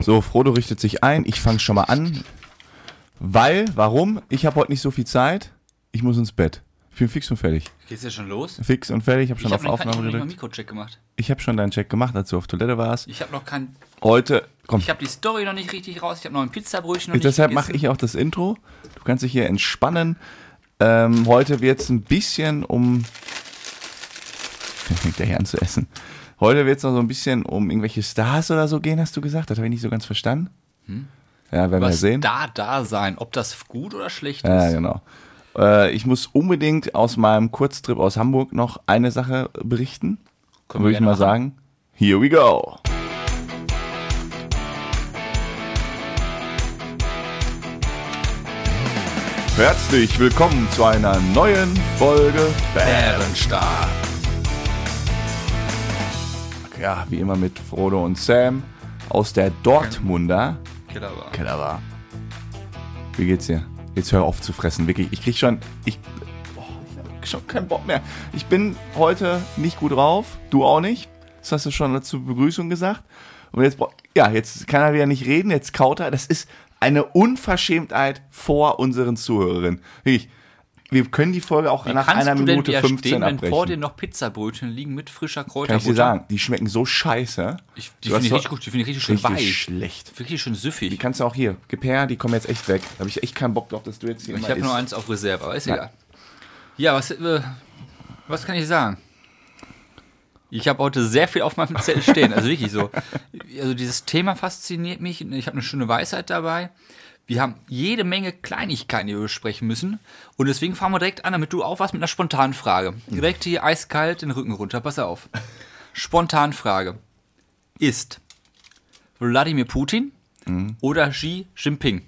So, Frodo richtet sich ein. Ich fange schon mal an. Weil, warum? Ich habe heute nicht so viel Zeit. Ich muss ins Bett. Ich bin fix und fertig. Geht's ja schon los? Fix und fertig. Ich habe schon ich auf Aufnahme noch gedrückt. Mikrocheck gemacht. Ich habe schon deinen Check gemacht, als du auf Toilette warst. Ich habe noch kein. Heute, komm, Ich habe die Story noch nicht richtig raus. Ich habe noch ein Pizzabrötchen noch deshalb nicht mache ich auch das Intro. Du kannst dich hier entspannen. Ähm, heute wird es ein bisschen um. Fängt der hier an zu essen. Heute wird es noch so ein bisschen um irgendwelche Stars oder so gehen, hast du gesagt? Das habe ich nicht so ganz verstanden. Ja, werden wir Hm? Was sehen. da da sein, ob das gut oder schlecht Ja, ist. genau. Äh, ich muss unbedingt aus meinem Kurztrip aus Hamburg noch eine Sache berichten. Können wir Würde ich gerne mal machen. sagen. Here we go. Herzlich willkommen zu einer neuen Folge Bärenstar. Ja, wie immer mit Frodo und Sam aus der Dortmunder. Killer war. Keller war. Wie geht's dir? Jetzt hör auf zu fressen, wirklich. Ich krieg schon. Ich. Oh, ich hab schon keinen Bock mehr. Ich bin heute nicht gut drauf. Du auch nicht. Das hast du schon zur Begrüßung gesagt. Und jetzt. bra- Ja, jetzt kann er wieder nicht reden. Jetzt kaut er. Das ist eine Unverschämtheit vor unseren Zuhörerinnen. Wirklich. Wir können die Folge auch nach Kannst einer du denn Minute widerstehen, 15 wenn vor dir abbrechen. noch Pizzabrötchen liegen mit frischer Kräuterbutter? Kann ich dir sagen, die schmecken so scheiße. Ich, die Du finde hast ich doch- richtig gut. Die finde ich richtig schön Richtig weich. schlecht. Wirklich schön Die süffig. kannst du auch hier. Gib her, die kommen jetzt echt weg. Da habe ich echt keinen Bock drauf, dass du jetzt hier Ich immer habe nur isst. eins auf Reserve, aber ist Nein. egal. Ja, was, äh, was kann ich sagen? Ich habe heute sehr viel auf meinem Zettel stehen, also wirklich so. Also dieses Thema fasziniert mich. Ich habe eine schöne Weisheit dabei. Wir haben jede Menge Kleinigkeiten, die wir besprechen müssen. Und deswegen fangen wir direkt an, damit du aufwachst mit einer spontanen Frage. Direkt hier eiskalt den Rücken runter, pass auf. Spontan Frage. Ist Wladimir Putin oder Xi Jinping?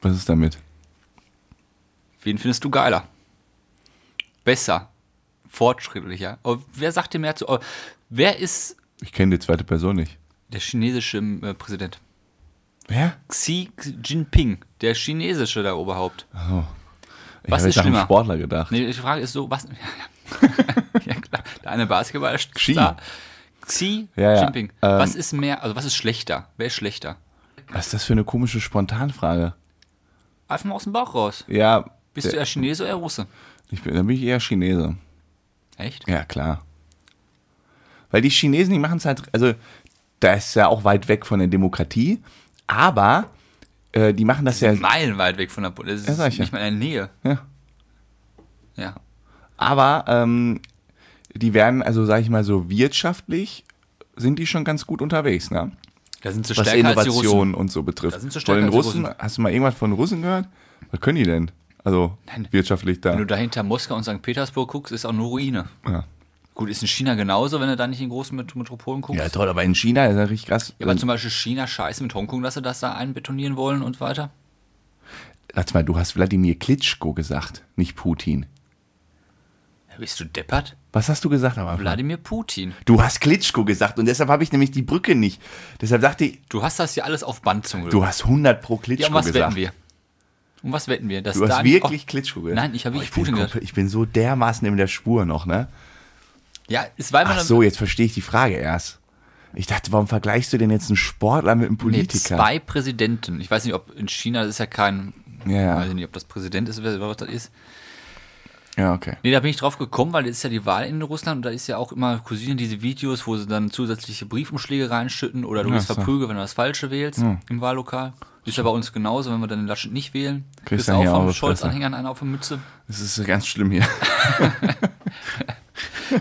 Was ist damit? Wen findest du geiler? Besser? Fortschrittlicher? Oh, wer sagt dir mehr zu? Oh, wer ist Ich kenne die zweite Person nicht. der chinesische äh, Präsident? Wer? Xi Jinping, der chinesische da Oberhaupt. Ich Was hab ist jetzt an einen schlimmer? Sportler gedacht. Nee, die Frage ist so, was? Ja, ja. ja klar, der eine Basketballer. Xi. Xi Ja, ja, Jinping. ähm. was ist mehr, also was ist schlechter? Wer ist schlechter? Was ist das für eine komische Spontanfrage? Einfach mal aus dem Bauch raus. Ja, Bist du der, eher Chinese oder eher Russe? ich bin, dann bin ich eher Chinese. Echt? Ja, klar. Weil die Chinesen, die machen es halt, also da ist ja auch weit weg von der Demokratie, aber äh, die machen das ja, Meilenweit weg von der Bundeswehr. Ja, Das ist sag ich nicht ja. mal in der Nähe. ja. Ja. Aber ähm, die werden, also sage ich mal so wirtschaftlich, sind die schon ganz gut unterwegs, ne? Da sind sie was stärker als die Russen. Innovation und so betrifft. Da sind sie von stärker den als die Russen, hast du mal irgendwas von den Russen gehört? Was können die denn? Also Nein. wirtschaftlich da. Wenn du dahinter Moskau und St. Petersburg guckst, ist auch nur Ruine. Ja. Gut, ist in China genauso, wenn du da nicht in großen Met- Metropolen guckst. ja, toll, aber in China ist das richtig krass. Ähm, aber zum Beispiel China scheiße mit Hongkong, dass sie das da einbetonieren wollen und weiter. Warte mal, du hast Wladimir Klitschko gesagt, nicht Putin. Ja, Bist du deppert? Was hast du gesagt am Anfang? Wladimir Putin. Du hast Klitschko gesagt und deshalb habe ich nämlich die Brücke nicht. Deshalb dachte ich, Du hast das hier alles auf Band zum Glück. du hast 100 pro Klitschko Ja, um was wetten gesagt. wir? Um was wetten wir? Dass Du hast da- Oh, wirklich Klitschko gesagt. Nein, ich habe wirklich bin Putin gesagt. komplett- Ich bin so dermaßen in der Spur noch, ne? Oh, ja, es war immer Ach eine- so, jetzt verstehe ich die Frage erst. Ich dachte, warum vergleichst du denn jetzt einen Sportler mit einem nee, Politiker? zwei Präsidenten. Ich weiß nicht, ob in China, das ist ja kein. Ja, ja. Weiß ich nicht, ob das Präsident ist, wer- was das ist. Ja, okay. Nee, da bin ich drauf gekommen, weil es ist ja die Wahl in Russland und da ist ja auch immer kursieren diese Videos, wo sie dann zusätzliche Briefumschläge reinschütten oder du wirst so. verprügelt, wenn du das Falsche wählst im Wahllokal. Ist ja bei uns genauso, wenn wir dann den Laschet nicht wählen. Kriegst du dann auch hier auf vom die Scholz-Anhängern einen auf die Mütze. Das ist ganz schlimm hier.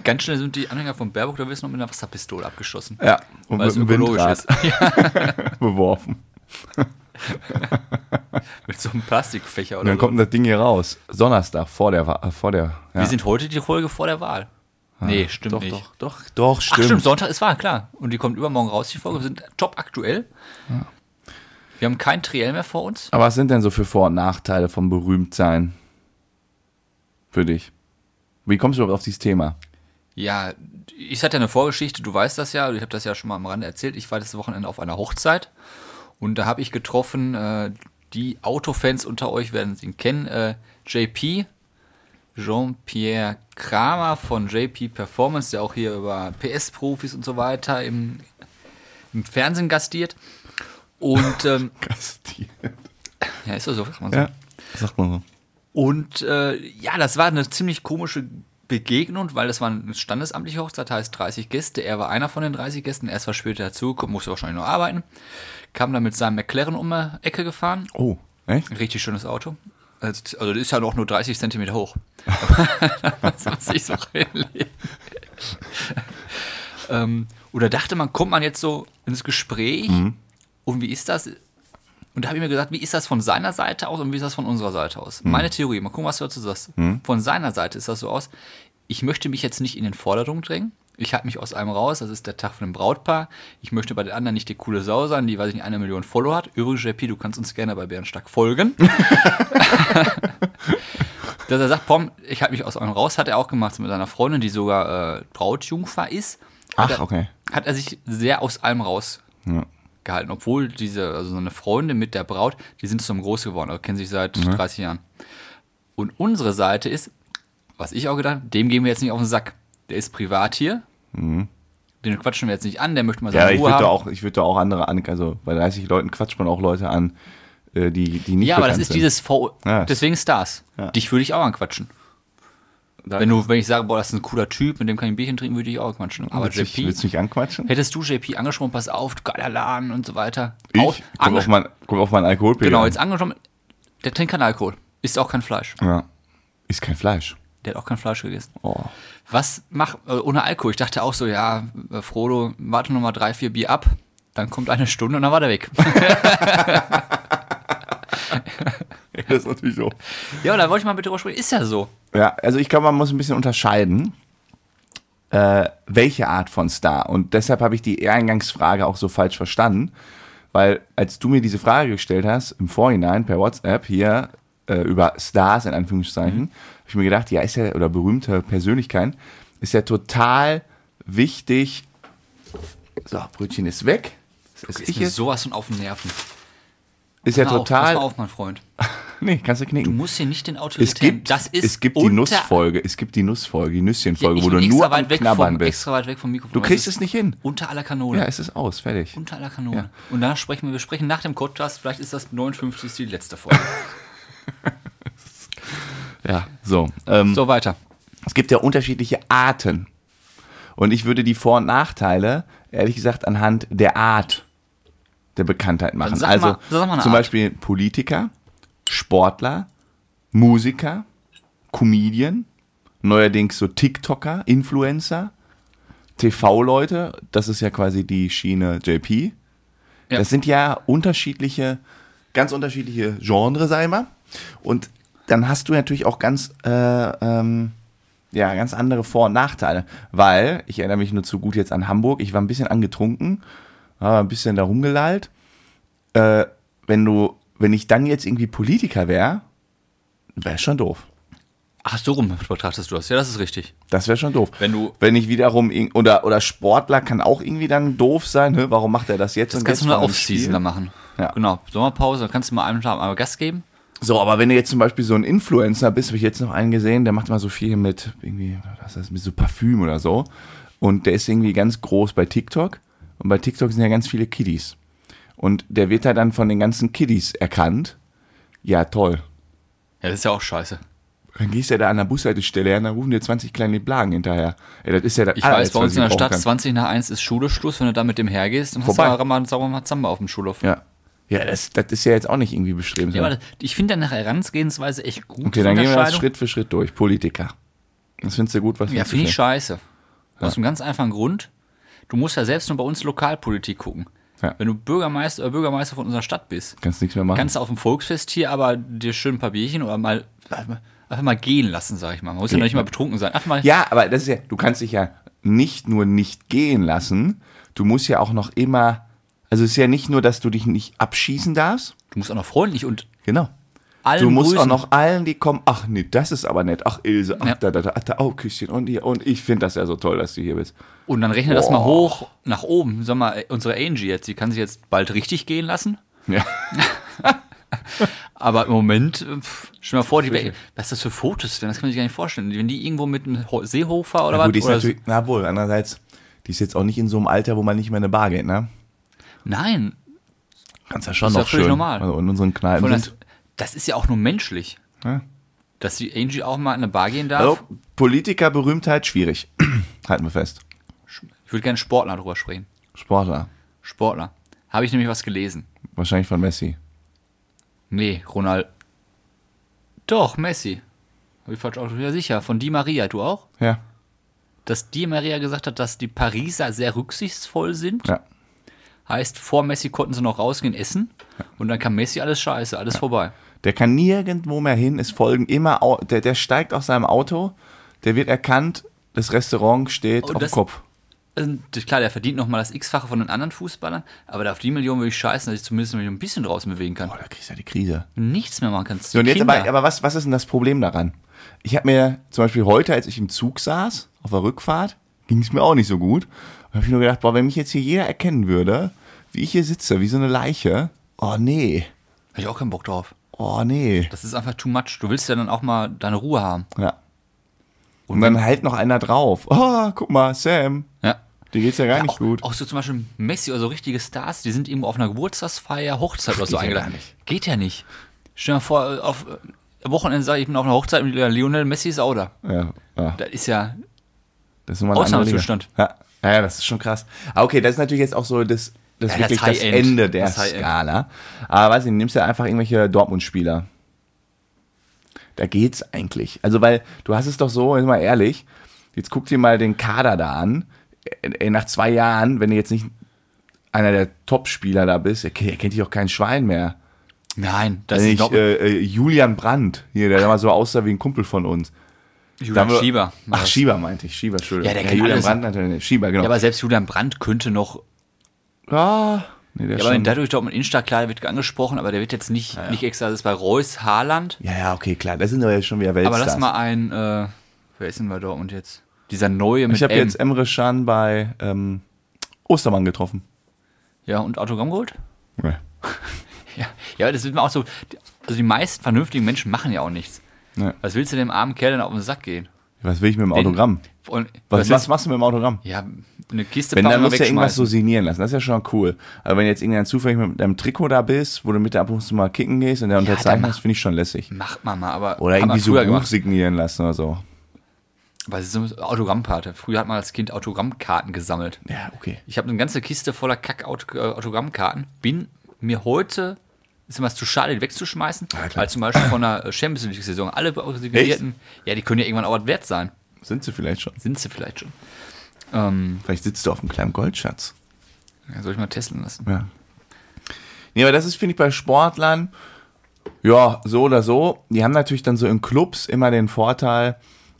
Ganz schnell sind die Anhänger von Baerbock, da wirst du noch mit einer Wasserpistole abgeschossen. Ja, und Weil es mit dem ökologisch Windrad ist. Ja, beworfen. mit so einem Plastikfächer Und oder dann so. kommt das Ding hier raus. Donnerstag, vor der, Wa- äh, vor der, ja. Ah, Wir sind heute die Folge vor der Wahl. nee, stimmt doch, nicht. doch, doch, doch, Ach, stimmt. stimmt. Sonntag ist wahr, klar. Und die kommt übermorgen raus, die Folge. Wir sind top aktuell. Wir haben kein Triell mehr vor uns. Aber was sind denn so für Vor- und Nachteile vom Berühmtsein? Für dich. Wie kommst du überhaupt auf dieses Thema? Ja, ich hatte ja eine Vorgeschichte, du weißt das ja, ich habe das ja schon mal am Rande erzählt. Ich war das Wochenende auf einer Hochzeit und da habe ich getroffen, äh, die Autofans unter euch werden ihn kennen, äh, JP, Jean-Pierre Kramer von JP Performance, der auch hier über PS-Profis und so weiter im, im im Fernsehen gastiert. Und ähm, Gastiert. ja, ist doch so, sagt man so. Ja, sagt man so. Und äh, ja, das war eine ziemlich komische Begegnung, weil das war eine standesamtliche Hochzeit, heißt 30 Gäste. Er war einer von den 30 Gästen, er ist zwar später dazugekommen, musste wahrscheinlich nur arbeiten. Kam dann mit seinem McLaren um die Ecke gefahren. Oh, echt? Ein richtig schönes Auto. Also, also das ist ja noch nur 30 Zentimeter hoch. das muss ich so reinlegen. ähm, oder dachte man, kommt man jetzt so ins Gespräch und wie ist das? Und da habe ich mir gesagt, wie ist das von seiner Seite aus und wie ist das von unserer Seite aus? Meine Theorie, mal gucken, was du dazu sagst. Von seiner Seite ist das so aus, ich möchte mich jetzt nicht in den Vordergrund drängen. Ich halte mich aus einem raus, das ist der Tag von dem Brautpaar. Ich möchte bei den anderen nicht die coole Sau sein, die, weiß ich nicht, eine Million Follower hat. Übrigens, JP, du kannst uns gerne bei Bärenstark folgen. Dass er sagt, Pom, ich halte mich aus eurem raus, hat er auch gemacht mit seiner Freundin, die sogar äh, Brautjungfer ist. Ach, Hat er, okay. Hat er sich sehr aus allem raus Ja. gehalten, obwohl diese, also so eine Freundin mit der Braut, die sind zusammen groß geworden, aber kennen sich seit Mhm. 30 Jahren. Und unsere Seite ist, was ich auch gedacht habe, dem gehen wir jetzt nicht auf den Sack. Der ist privat hier, den quatschen wir jetzt nicht an, der möchte mal Mhm. Ja, seine ich Ruhe würde haben. da auch, ich würde da auch andere an, also bei 30 Leuten quatscht man auch Leute an, äh, die, die nicht ja, aber das bekannt ist sind. dieses Vor Ja, das- deswegen Stars. Ja. Dich würde ich auch anquatschen. Wenn, du, wenn ich sage, boah, das ist ein cooler Typ, mit dem kann ich ein Bierchen trinken, würde ich auch anquatschen. Aber willst, du JP, mich, willst du mich anquatschen? hättest du JP angesprochen, pass auf, geiler Laden und so weiter. Auch Ich? Kommt auf, angesprochen, mein, kommt auf meinen Alkoholpegel. genau, an. jetzt angesprochen, der trinkt keinen Alkohol, isst auch kein Fleisch. Ja. Ist kein Fleisch. Der hat auch kein Fleisch gegessen. Oh. Was macht äh, ohne Alkohol? Ich dachte auch so, ja, äh, Frodo, warte noch mal drei, vier Bier ab, dann kommt eine Stunde und dann war der weg. Das ist natürlich so. ja, und da wollte ich mal mit drüber sprechen. Ist ja so. Ja, also ich glaube, man muss ein bisschen unterscheiden, äh, welche Art von Star. Und deshalb habe ich die Eingangsfrage auch so falsch verstanden, weil als du mir diese Frage gestellt hast, im Vorhinein per WhatsApp hier äh, über Stars in Anführungszeichen, habe ich mir gedacht, ja, ist ja, oder berühmte Persönlichkeiten, ist ja total wichtig. So, Brötchen ist weg. Das Ist ich mir jetzt. sowas von auf den Nerven. Ist ja Pass mal Auf, pass total. mal auf, mein Freund. Nee, kannst du Du knicken. musst hier nicht den Autoritären. Es gibt, das ist es gibt die unter- Nussfolge, es gibt die Nussfolge, die Ja, Nüsschenfolge, ich wo du bin nur am weit weg Knabbern vom, bist. Extra weit weg vom Mikrofon. Du Das kriegst ist es nicht hin. Unter aller Kanone. Ja, es ist aus, fertig. Unter aller Kanone. Ja. Und danach sprechen wir, wir sprechen nach dem Podcast, vielleicht ist das 59. die letzte Folge. Ja, so. Ähm, so, weiter. Es gibt ja unterschiedliche Arten. Und ich würde die Vor- und Nachteile, ehrlich gesagt, anhand der Art der Bekanntheit machen. sag also mal- sag mal eine zum Art. Beispiel Politiker, Sportler, Musiker, Comedian, neuerdings so TikToker, Influencer, TV-Leute, das ist ja quasi die Schiene JP. Ja. Das sind ja unterschiedliche, ganz unterschiedliche Genres, sag ich mal. Und dann hast du natürlich auch ganz, äh, ähm, ja, ganz andere Vor- und Nachteile. Weil, ich erinnere mich nur zu gut jetzt an Hamburg, ich war ein bisschen angetrunken, habe ein bisschen da rumgelallt. Äh, wenn du, wenn ich dann jetzt irgendwie Politiker wäre, wäre schon doof. Ach, so rum betrachtest du das. Ja, das ist richtig. Das wäre schon doof. Wenn du- wenn ich wiederum irg- oder oder Sportler kann auch irgendwie dann doof sein. Ne? Warum macht er das jetzt? Das und kannst du jetzt nur vor dem Off-Season Spiel? da machen. Ja. Genau, Sommerpause, dann kannst du mal einem Tag einmal Gas geben. So, aber wenn du jetzt zum Beispiel so ein Influencer bist, habe ich jetzt noch einen gesehen, der macht mal so viel mit irgendwie, was heißt, mit so Parfüm oder so. Und der ist irgendwie ganz groß bei TikTok. Und bei TikTok sind ja ganz viele Kiddies. Und der wird da dann von den ganzen Kiddies erkannt. Ja, toll. Ja, das ist ja auch scheiße. Dann gehst du da an der Bushaltestelle her und dann rufen dir 20 kleine Blagen hinterher. Ey, das ist ja das Ich weiß, Allerletzte, bei uns was in der ich brauchen Stadt, kann. 20 nach 1 ist Schuleschluss, wenn du da mit dem hergehst, dann Vorbei. hast du mal sauber mal Zamba auf dem Schulhof. Ja. Ja, das, das ist ja jetzt auch nicht irgendwie bestreben. Ja, aber das- ich finde deine Herangehensweise echt gut. okay, dann gehen wir das Unterscheidung. Schritt für Schritt durch. Politiker. Das findest du gut, was Ja, findest du finde ich schlecht? scheiße. Aus einem ganz einfachen Grund. Du musst ja selbst nur bei uns Lokalpolitik gucken. Ja. Wenn du Bürgermeister oder Bürgermeister von unserer Stadt bist, Kannst nichts mehr machen. kannst du auf dem Volksfest hier aber dir schön ein paar Bierchen oder mal einfach mal gehen lassen, sag ich mal. Man muss ja noch nicht mal betrunken sein. Einfach mal Ja, aber das ist ja, du kannst dich ja nicht nur nicht gehen lassen, du musst ja auch noch immer, also es ist ja nicht nur, dass du dich nicht abschießen darfst. Du musst auch noch freundlich und Genau. allen Du musst grüßen. auch noch allen, die kommen, ach nee, das ist aber nett, ach Ilse, ach Ja. da, da, da, ach, da, oh Küsschen und hier, und ich finde das ja so toll, dass du hier bist. Und dann rechne das mal Boah. hoch nach oben. Sag mal, unsere Angie jetzt, die kann sich jetzt bald richtig gehen lassen. Ja. Aber im Moment, äh, pff, stell dir mal vor, die, was ist das für Fotos denn? Das kann man sich gar nicht vorstellen. Wenn die irgendwo mit einem Ho- Seehofer oder Na was. gut, die ist oder natürlich, na wohl, andererseits, die ist jetzt auch nicht in so einem Alter, wo man nicht mehr in eine Bar geht, ne? so- Nein, Kannst ja schon Ist ja noch völlig schön. normal. Also in unseren Kneipen von das, sind. ne? das ist ja auch nur menschlich, Ja. dass die Angie auch mal in eine Bar gehen darf. Also, Politiker, Berühmtheit, schwierig. Halten wir fest. Ich würde gerne Sportler drüber sprechen. Sportler. Sportler. Habe ich nämlich was gelesen. Wahrscheinlich von Messi. Nee, Ronald. Doch, Messi. Habe ich falsch auch ja, sicher. Von Di Maria, du auch? Ja. Dass Di Maria gesagt hat, dass die Pariser sehr rücksichtsvoll sind. Ja. Heißt, vor Messi konnten sie noch rausgehen, essen. Und dann kam Messi, alles scheiße, alles vorbei. Der kann nirgendwo mehr hin, es folgen immer, Au- der, der steigt aus seinem Auto, der wird erkannt, das Restaurant steht Und auf das- Kopf. Also, das- klar, der verdient nochmal das X-Fache von den anderen Fußballern, aber da auf die Million würde ich scheißen, dass ich zumindest mich ein bisschen draußen bewegen kann. Boah, da kriegst du ja die Krise. Wenn du nichts mehr machen kannst. So, und jetzt Kinder. aber, aber was, was ist denn das Problem daran? Ich habe mir zum Beispiel heute, als ich im Zug saß, auf der Rückfahrt, ging es mir auch nicht so gut. Da habe ich nur gedacht, boah, wenn mich jetzt hier jeder erkennen würde, wie ich hier sitze, wie so eine Leiche, oh nee, Habe ich auch keinen Bock drauf. oh nee. Das ist einfach too much. Du willst ja dann auch mal deine Ruhe haben. Ja. Und dann halt noch einer drauf. Oh, guck mal, Sam, Ja. dir geht's ja oh, gar nicht auch, gut. Auch so zum Beispiel Messi oder so richtige Stars, die sind irgendwo auf einer Geburtstagsfeier, Hochzeit oder so geht ja eingeladen. gar nicht. Geht ja nicht. Stell dir mal vor, äh, auf äh, am Wochenende sage ich, ich bin auf einer Hochzeit mit Lionel Messi ist auch da. Ja, ja. Das ist ja. Das ist nochmal eine andere Liga. Ausnahmezustand. Ja. ja, ja, das ist schon krass. Ah, Okay, das ist natürlich jetzt auch so das, das Ja, das wirklich das, High-End. Ende der Das High-End. Skala. Aber weiß ich, nicht, nimmst ja einfach irgendwelche Dortmund-Spieler. Da geht's eigentlich. Also, weil du hast es doch so, jetzt mal ehrlich, jetzt guck dir mal den Kader da an. Ey, Nach zwei Jahren, wenn du jetzt nicht einer der Top-Spieler da bist, er- er kennt dich auch kein Schwein mehr. Nein, das Also ist ich, doch äh, äh, Julian Brandt, hier, der damals so aussah wie ein Kumpel von uns. Da haben Julian wir- Schieber. Ach, Schieber meinte ich. Schieber, Entschuldigung. Ja, der kennt alles. Brandt natürlich. Schieber, genau. Ja, aber selbst Julian Brandt könnte noch. Ah, nee, der Ja, aber wenn dadurch Dortmund Insta klar wird angesprochen, aber der wird jetzt nicht, nicht extra. Das ist bei Reus Haaland. ja, ja, okay, klar. Das sind aber jetzt schon wieder Weltstars. Aber lass mal ein. Äh, wer ist denn bei Dortmund jetzt? Dieser neue mit ich habe M. jetzt Emre Can bei ähm, Ostermann getroffen. Ja, und Autogramm geholt? Nee. Ja, ja, das wird mir auch so. Also die meisten vernünftigen Menschen machen ja auch nichts. Nee. Was willst du dem armen Kerl denn auf den Sack gehen? Was will ich mit dem Autogramm? Und Was, was willst- machst du mit dem Autogramm? Ja, eine Kiste Wenn, dann Papier musst du ja irgendwas so wegschmeißen. signieren lassen. Das ist ja schon cool. Aber wenn jetzt irgendein zufällig mit deinem Trikot da bist, wo du mit der ab und zu mal kicken gehst und der dann unterzeichnest, mach- finde ich schon lässig. Macht man mal, aber. Oder hat man irgendwie so früher Buch gemacht. signieren lassen oder so. Weil es ist so Autogrammpate. Früher hat man als Kind Autogrammkarten gesammelt. Ja, okay. Ich habe eine ganze Kiste voller Kack-Autogrammkarten. Bin mir heute. Ist mir was zu schade, die wegzuschmeißen? Ja, klar. weil zum Beispiel von der äh, Champions League-Saison alle Autogrammierten, ja, die können ja irgendwann auch was wert sein. Sind sie vielleicht schon. Sind sie vielleicht schon. Ähm, Vielleicht sitzt du auf einem kleinen Goldschatz. ja, soll ich mal testen lassen. Ja. Nee, aber das ist, finde ich, bei Sportlern, ja, so oder so. Die haben natürlich dann so in Clubs immer den Vorteil,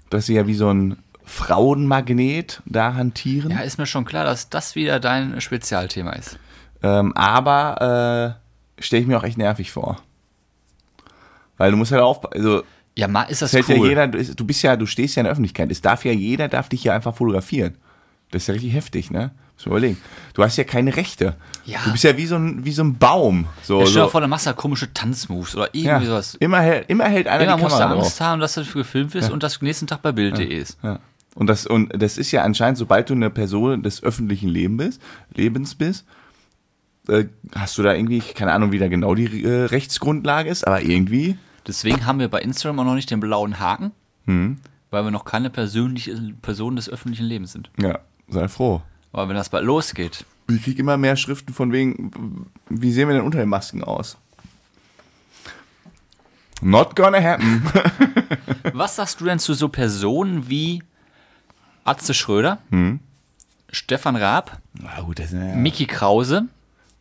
dass sie ja wie so ein Frauenmagnet da hantieren. Ja, ist mir schon klar, dass das wieder dein Spezialthema ist. Ähm, aber äh, stelle ich mir auch echt nervig vor. Weil du musst halt aufpassen, also Ja, mal ist das fällt ja cool. jeder, du ist- du bist ja, du stehst ja in der Öffentlichkeit. Es darf ja jeder, darf dich ja einfach fotografieren. Das ist ja richtig heftig, ne? Muss man überlegen. Du hast ja keine Rechte. Ja. Du bist ja wie so ein, wie so ein Baum. So, ja, stell dir so. vor, dann machst du da komische Tanzmoves oder irgendwie Also Ja. sowas. Immer, hält- immer hält einer Immer die musst du Kamera Angst drauf. haben, dass du dafür gefilmt wirst und dass du nächsten Tag bei Bild.de ist. Ja. Und, das, und das ist ja anscheinend, sobald du eine Person des öffentlichen Lebens bist, Lebens bist äh, hast du da irgendwie, ich- keine Ahnung, wie da genau die äh, Rechtsgrundlage ist, aber irgendwie, Deswegen haben wir bei Instagram auch noch nicht den blauen Haken, Hm. weil wir noch keine persönliche Person des öffentlichen Lebens sind. ja, sei froh. Aber wenn das bald losgeht, Ich krieg immer mehr Schriften von wegen, wie sehen wir denn unter den Masken aus? Not gonna happen. was sagst du denn zu so Personen wie Atze Schröder, Hm. Stefan Raab, Na gut, das ist ja. Mickey Krause,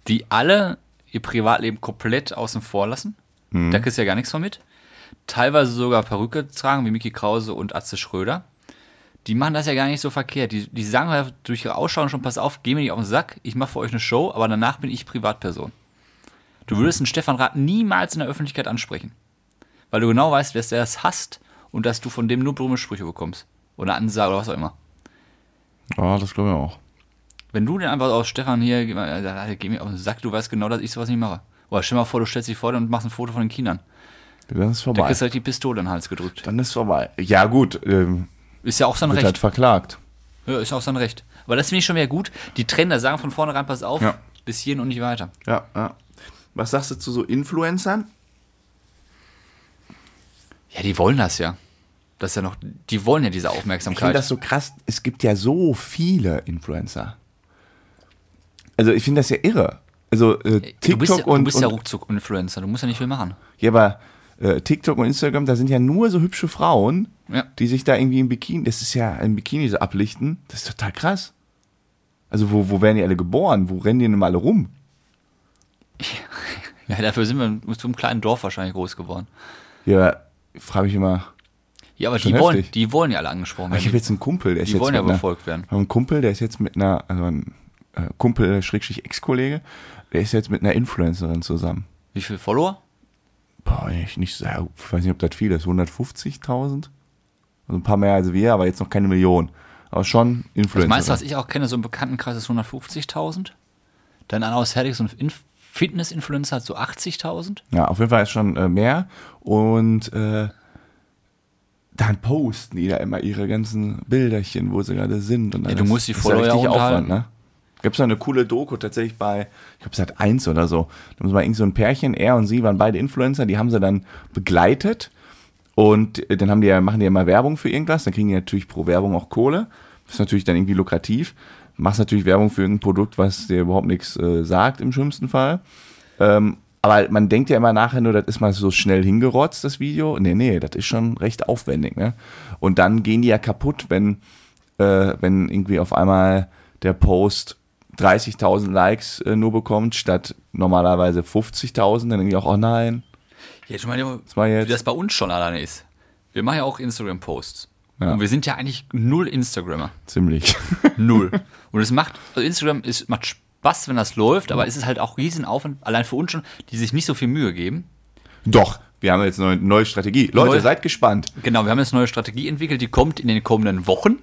die alle ihr Privatleben komplett außen vor lassen. Da kriegst du ja gar nichts von mit. Teilweise sogar Perücke tragen, wie Mickey Krause und Atze Schröder. Die machen das ja gar nicht so verkehrt. Die, die sagen ja durch ihre Ausschau schon, pass auf, geh mir nicht auf den Sack, ich mache für euch eine Show, aber danach bin ich Privatperson. Du würdest einen Stefan Rath niemals in der Öffentlichkeit ansprechen. Weil du genau weißt, dass der das hasst und dass du von dem nur dumme Sprüche bekommst. Oder Ansage oder was auch immer. Oh, das glaube ich auch. Wenn du dann einfach aus Stefan hier, geh mal- äh, geh mir auf den Sack, du weißt genau, dass ich sowas nicht mache. Oder stell mal vor, du stellst dich vor und machst ein Foto von den Kindern. Dann ist Da vorbei. kriegst du halt die Pistole in den Hals gedrückt. Dann ist vorbei. Ja, gut, ähm, Ist ja auch sein wird halt Recht. verklagt. Ja, ist auch sein Recht. Aber das finde ich schon wieder gut. Die Trainer sagen von vornherein, pass auf, Ja. Bis hierhin und nicht weiter. Ja, ja. Was sagst du zu so Influencern? Ja, die wollen das ja. Das ist ja noch, die wollen ja diese Ich finde Aufmerksamkeit. das so krass. Es gibt ja so viele Influencer. Also ich finde das ja irre. Also äh, du bist, TikTok ja, du und, bist ja und ruckzuck Influencer, du musst ja nicht viel machen. ja, aber äh, TikTok und Instagram, da sind ja nur so hübsche Frauen, Ja. die sich da irgendwie im Bikini, das ist ja im Bikini so ablichten. Das ist total krass. Also wo, wo werden die alle geboren? Wo rennen die denn mal alle rum? Ja, dafür sind wir in so einem kleinen Dorf wahrscheinlich groß geworden. Ja, frage ich immer. Ja, aber Schon die wollen, heftig. die wollen ja alle angesprochen Ich habe werden. jetzt einen Kumpel, der ist Also Die jetzt wollen ja mit einer- befolgt werden. Ich habe einen Kumpel, der ist jetzt mit einer, also ein äh, Kumpel, Schrägstrich Ex-Kollege, der ist jetzt mit einer Influencerin zusammen. Wie viele Follower? Boah, ich nicht, sehr- ich weiß nicht, ob das viel ist. 150.000? Also ein paar mehr als wir, aber jetzt noch keine Million. Aber schon Das Influencer. meiste, was ich auch kenne, so im Bekanntenkreis ist 150.000. Dann an aus Herrlich, so ein Inf- Fitness-Influencer hat so 80.000. Ja, auf jeden Fall ist schon äh, mehr. Und äh, dann posten die da immer ihre ganzen Bilderchen, wo sie gerade sind. Und du alles. musst die Das ist Follower ja richtig unterhalten. Aufwand, ne? Gibt's da eine coole Doku tatsächlich bei, ich glaube, seit eins oder so. Da muss man irgend so ein Pärchen, er und sie waren beide Influencer, die haben sie dann begleitet. Und äh, dann haben die ja, machen die ja mal Werbung für irgendwas, dann kriegen die natürlich pro Werbung auch Kohle. Ist natürlich dann irgendwie lukrativ. Machst natürlich Werbung für ein Produkt, was dir überhaupt nichts äh, sagt im schlimmsten Fall. Ähm, aber man denkt ja immer nachher nur, das ist mal so schnell hingerotzt, das Video. Nee, nee, das ist schon recht aufwendig. Ne? Und dann gehen die ja kaputt, wenn, äh, wenn irgendwie auf einmal der Post 30.000 Likes äh, nur bekommt, statt normalerweise 50.000. Dann irgendwie auch, oh nein, Ja, schon mal, das war wie das jetzt. bei uns schon alleine ist. Wir machen ja auch Instagram-Posts. Ja. Und wir sind ja eigentlich null Instagrammer. Ziemlich. Null. Und es macht, also Instagram ist, macht Spaß, wenn das läuft, aber es ist halt auch riesen Aufwand, allein für uns schon, die sich nicht so viel Mühe geben. Doch, wir haben jetzt eine neue Strategie. Leute, Neu- seid gespannt. Genau, wir haben jetzt eine neue Strategie entwickelt, die kommt in den kommenden Wochen.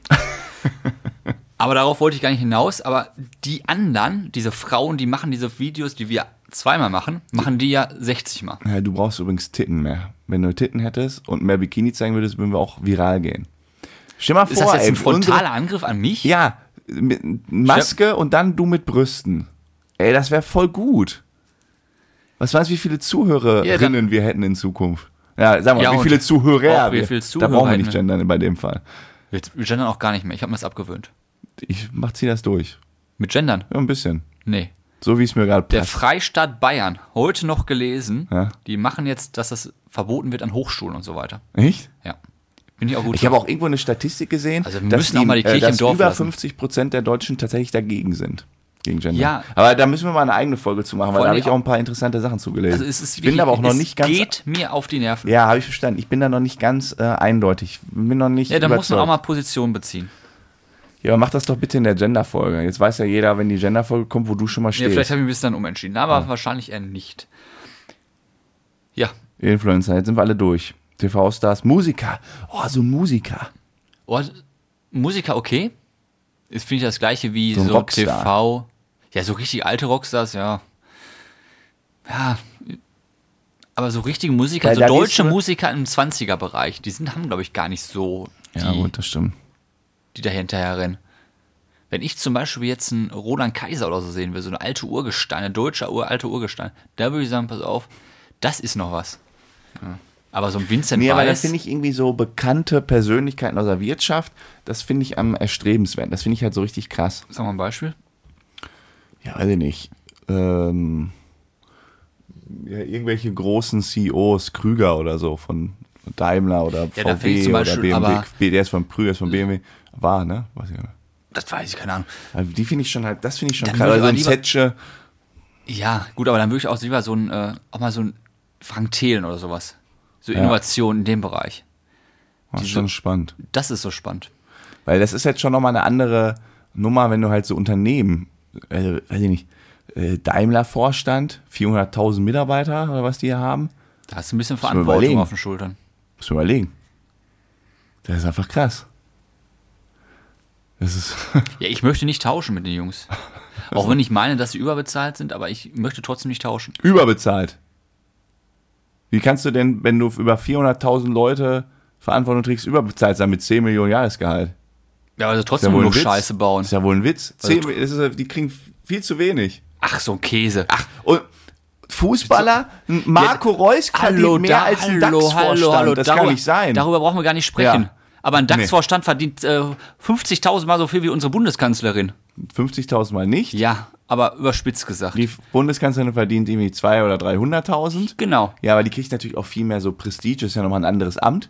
aber darauf wollte ich gar nicht hinaus. Aber die anderen, diese Frauen, die machen diese Videos, die wir zweimal machen, machen die ja 60 Mal. Ja, Äh, du brauchst übrigens Titten mehr. Wenn du Titten hättest und mehr Bikini zeigen würdest, würden wir auch viral gehen. Stell mal vor, Ist das jetzt ey, ein unsere- frontaler Angriff an mich? Ja, mit Maske und dann du mit Brüsten. Ey, das wäre voll gut. Was weißt du, wie viele Ja, Zuhörerinnen dann- wir hätten in Zukunft? Ja, sagen wir, Ja, wie und viele Zuhörer? auch wie wir- viele da brauchen Zuhörer wir nicht hätten gendern bei dem Fall. Jetzt mit Gendern auch gar nicht mehr. Ich habe mir das abgewöhnt. Ich mach zieh das durch. Mit Gendern? Ja, ein bisschen. Nee. So wie es mir gerade Der passt. Freistaat Bayern, heute noch gelesen, Ja. die machen jetzt, dass das verboten wird an Hochschulen und so weiter. Echt? Ja. Bin ich auch gut. Ich habe auch irgendwo eine Statistik gesehen, Also wir müssen auch mal die äh, Kirche im dass Dorf über lassen. 50 Prozent der Deutschen tatsächlich dagegen sind. Gegen Gender. Ja. Aber da müssen wir mal eine eigene Folge zu machen, weil Vor da habe allem ich auch ein paar interessante Sachen zugelesen. also es ist ich bin wirklich- aber auch noch es nicht ganz geht mir auf die Nerven. Ja, habe ich verstanden. Ich bin da noch nicht ganz äh, eindeutig. Bin noch nicht. Ja, dann muss man auch überzeugt. mal Position beziehen. Ja, aber mach das doch bitte in der Gender-Folge. Jetzt weiß ja jeder, wenn die Gender-Folge kommt, wo du schon mal Ja, stehst. vielleicht habe ich mich dann umentschieden, aber wahrscheinlich eher nicht. Ja. Influencer, jetzt sind wir alle durch. TV-Stars, Musiker. Oh, so Musiker. Oh, Musiker okay. Ist finde ich das gleiche wie So so, ein Rockstar. TV. Ja, so richtig alte Rockstars, ja. Ja. Aber so richtige Musiker, Weil so da deutsche wirst du- Musiker im 20er-Bereich, die sind, haben, glaube ich, gar nicht so die, Ja, gut, das stimmt. die da hinterher rennen. Wenn ich zum Beispiel jetzt einen Roland Kaiser oder so sehen will, so eine alte Urgestein, ein deutscher Ur, alter Urgestein, da würde ich sagen, pass auf, das ist noch was. Aber so ein Vincent Nee, aber das Weiss, finde ich irgendwie so bekannte Persönlichkeiten aus der Wirtschaft, das finde ich am erstrebenswerten. Das finde ich halt so richtig krass. sag mal ein Beispiel. Ja, weiß ich nicht. Ähm, ja, irgendwelche großen CEOs, Krüger oder so von Daimler oder Ja, da finde VW ich zum oder Beispiel, BMW. aber- Der ist von Krüger, ist von BMW. War, ne? Weiß ich gar nicht. Das weiß ich, keine Ahnung. Also die finde ich schon halt, das finde ich schon Dann krass. würde Also ein ich aber Zetsche, Ja, gut, aber dann würde ich auch lieber so ein, äh, auch mal so ein Frank Thelen oder sowas. So Ja. Innovation in dem Bereich. war diese- schon spannend. Das ist so spannend. Weil das ist jetzt schon nochmal eine andere Nummer, wenn du halt so Unternehmen, äh, weiß ich nicht, äh, Daimler-Vorstand, 400.000 Mitarbeiter oder was die hier haben. Da hast du ein bisschen man Verantwortung überlegen. auf den Schultern. Muss man überlegen. Das ist einfach krass. Das ist, Ja, ich möchte nicht tauschen mit den Jungs. Auch wenn ich meine, dass sie überbezahlt sind, aber ich möchte trotzdem nicht tauschen. überbezahlt. Wie kannst du denn, wenn du über 400.000 Leute Verantwortung trägst, überbezahlt sein mit 10 Millionen Jahresgehalt? Ja, also Ist ja trotzdem wohl nur ein Witz. Scheiße bauen. Ist ja wohl ein Witz. 10, Also- das ist, ja- die kriegen viel zu wenig. Ach, so ein Käse. Ach, und Fußballer, ein Marco Reus verdient mehr da- als ein DAX-Vorstand. das kann darüber- nicht sein. Darüber brauchen wir gar nicht sprechen. Ja. Aber ein DAX-Vorstand verdient äh, 50.000 Mal so viel wie unsere Bundeskanzlerin. 50.000 mal nicht. Ja, aber überspitzt gesagt. Die Bundeskanzlerin verdient irgendwie 200.000 oder 300.000. Genau. Ja, aber die kriegt natürlich auch viel mehr so Prestige, ist ja nochmal ein anderes Amt.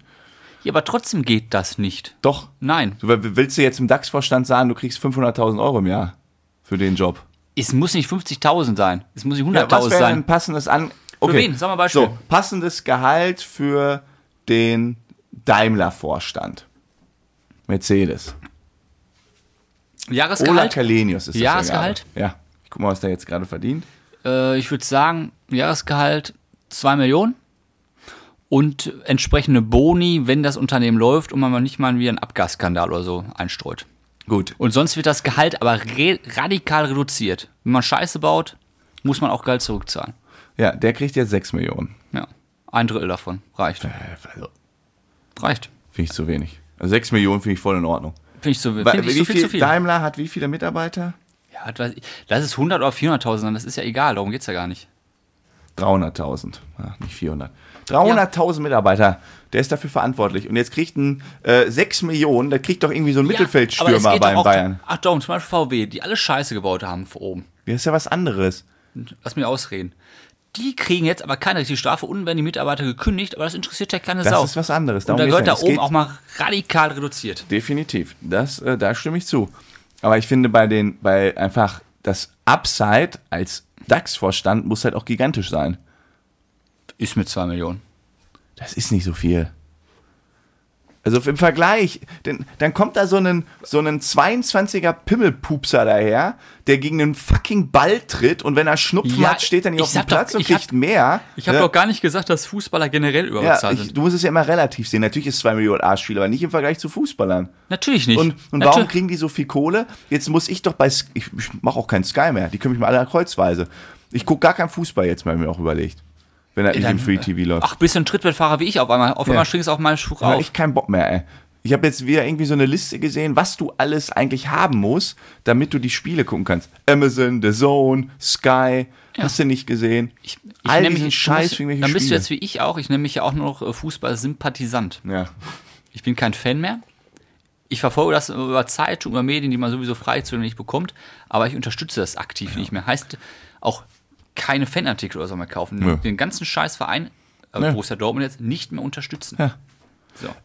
Ja, aber trotzdem geht das nicht. Doch. Nein. Du willst du jetzt im DAX-Vorstand sagen, du kriegst 500.000 Euro im Jahr für den Job? Es muss nicht 50.000 sein. Es muss nicht 100.000 was wäre ein sein. passendes An... wen? Sag mal Beispiel. So, passendes Gehalt für den Daimler-Vorstand. Mercedes. Ola Jahresgehalt? Kalenius ist das Jahresgehalt? Ja, gerade. ja. Ich guck mal, was der jetzt gerade verdient. Äh, ich würde sagen, Jahresgehalt 2 Millionen und entsprechende Boni, wenn das Unternehmen läuft und man mal nicht mal wieder einen Abgasskandal oder so einstreut. Gut. Und sonst wird das Gehalt aber re radikal reduziert. Wenn man Scheiße baut, muss man auch Geld zurückzahlen. Ja, der kriegt jetzt 6 Millionen. Ja. Ein Drittel davon. Reicht. Äh, Also, Reicht. finde ich zu wenig. Also 6 Millionen finde ich voll in Ordnung. Finde ich, zu, Weil, find ich wie so viel, zu viel. Daimler hat wie viele Mitarbeiter? Ja, was weiß ich. Lass es 100 oder 400.000 sein, das ist ja egal, darum geht's ja gar nicht. 300.000, Ach, nicht 400. 300.000 Mitarbeiter, der ist dafür verantwortlich. Und jetzt kriegt ein äh, 6 Millionen, der kriegt doch irgendwie so einen Ja, aber es Mittelfeldstürmer geht bei doch auch- Bayern. Ach darum, zum Beispiel VW, die alle Scheiße gebaut haben vor oben. Das ist ja was anderes. Lass mich ausreden. Die kriegen jetzt aber keine richtige Strafe unten werden die Mitarbeiter gekündigt, aber das interessiert ja keine Das Sau. ist was anderes. Und da geht's gehört ja. da Es oben geht- auch mal radikal reduziert. Definitiv. Das, äh, da stimme ich zu. Aber ich finde bei den, bei einfach das Upside als DAX-Vorstand muss halt auch gigantisch sein. Ist mit 2 Millionen. Das ist nicht so viel. Also im Vergleich, denn, dann kommt da so ein, so ein 22er Pimmelpupser daher, der gegen einen fucking Ball tritt und wenn er Schnupfen Ja, hat, steht er nicht ich auf dem sag doch, Platz und ich hab- kriegt mehr. Ich habe Ja, doch gar nicht gesagt, dass Fußballer generell ja, überbezahlt ich, sind. du musst es ja immer relativ sehen. Natürlich ist 2 Millionen Arschspiel, aber nicht im Vergleich zu Fußballern. Natürlich nicht. Und, und Natürlich. warum kriegen die so viel Kohle? Jetzt muss ich doch bei, S- ich, ich mache auch keinen Sky mehr, die können mich mal alle kreuzweise. Ich gucke gar keinen Fußball jetzt, mal mir auch überlegt, wenn er nicht im dann- äh, Free TV läuft. Ach, bist du ein Trittbrettfahrer wie ich auf einmal. Auf einmal springst du auf meinen Schuh Da hab auf. ich keinen Bock mehr, ey. Ich habe jetzt wieder irgendwie so eine Liste gesehen, was du alles eigentlich haben musst, damit du die Spiele gucken kannst. Amazon, The Zone, Sky, hast du nicht gesehen? Ich, ich All nenn diesen mich- du Scheiß musst- für irgendwelche Dann bist Spiele. du jetzt wie ich auch. Ich nenne mich ja auch nur noch äh, Fußball-Sympathisant. Ja. Ich bin kein Fan mehr. Ich verfolge das über Zeitungen, über Medien, die man sowieso frei zugänglich bekommt, aber ich unterstütze das aktiv nicht mehr. Heißt auch keine Fanartikel oder so mehr kaufen. Nö. Den ganzen Scheißverein, äh, Nö. Borussia Dortmund jetzt, nicht mehr unterstützen.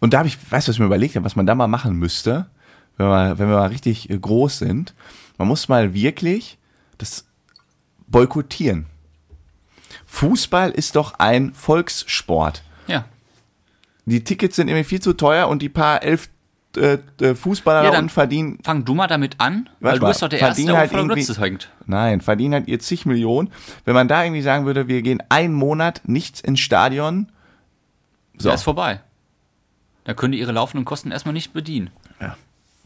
Und da habe ich, weißt du, was ich mir überlegt habe, was man da mal machen müsste, wenn wir, wenn wir mal richtig äh, groß sind. Man muss mal wirklich das boykottieren. Fußball ist doch ein Volkssport. Ja. Die Tickets sind immer viel zu teuer und die paar elf äh, äh, Fußballer Ja, da dann- unten verdienen Fang du mal damit an, weil du mal, bist doch der Erste, verdienen der halt vor der irgendwie- Glotze hängt. Nein, verdienen halt ihr zig Millionen. Wenn man da irgendwie sagen würde, wir gehen einen Monat nichts ins Stadion, so. Da ist vorbei. Dann können die ihre laufenden Kosten erstmal nicht bedienen. ja.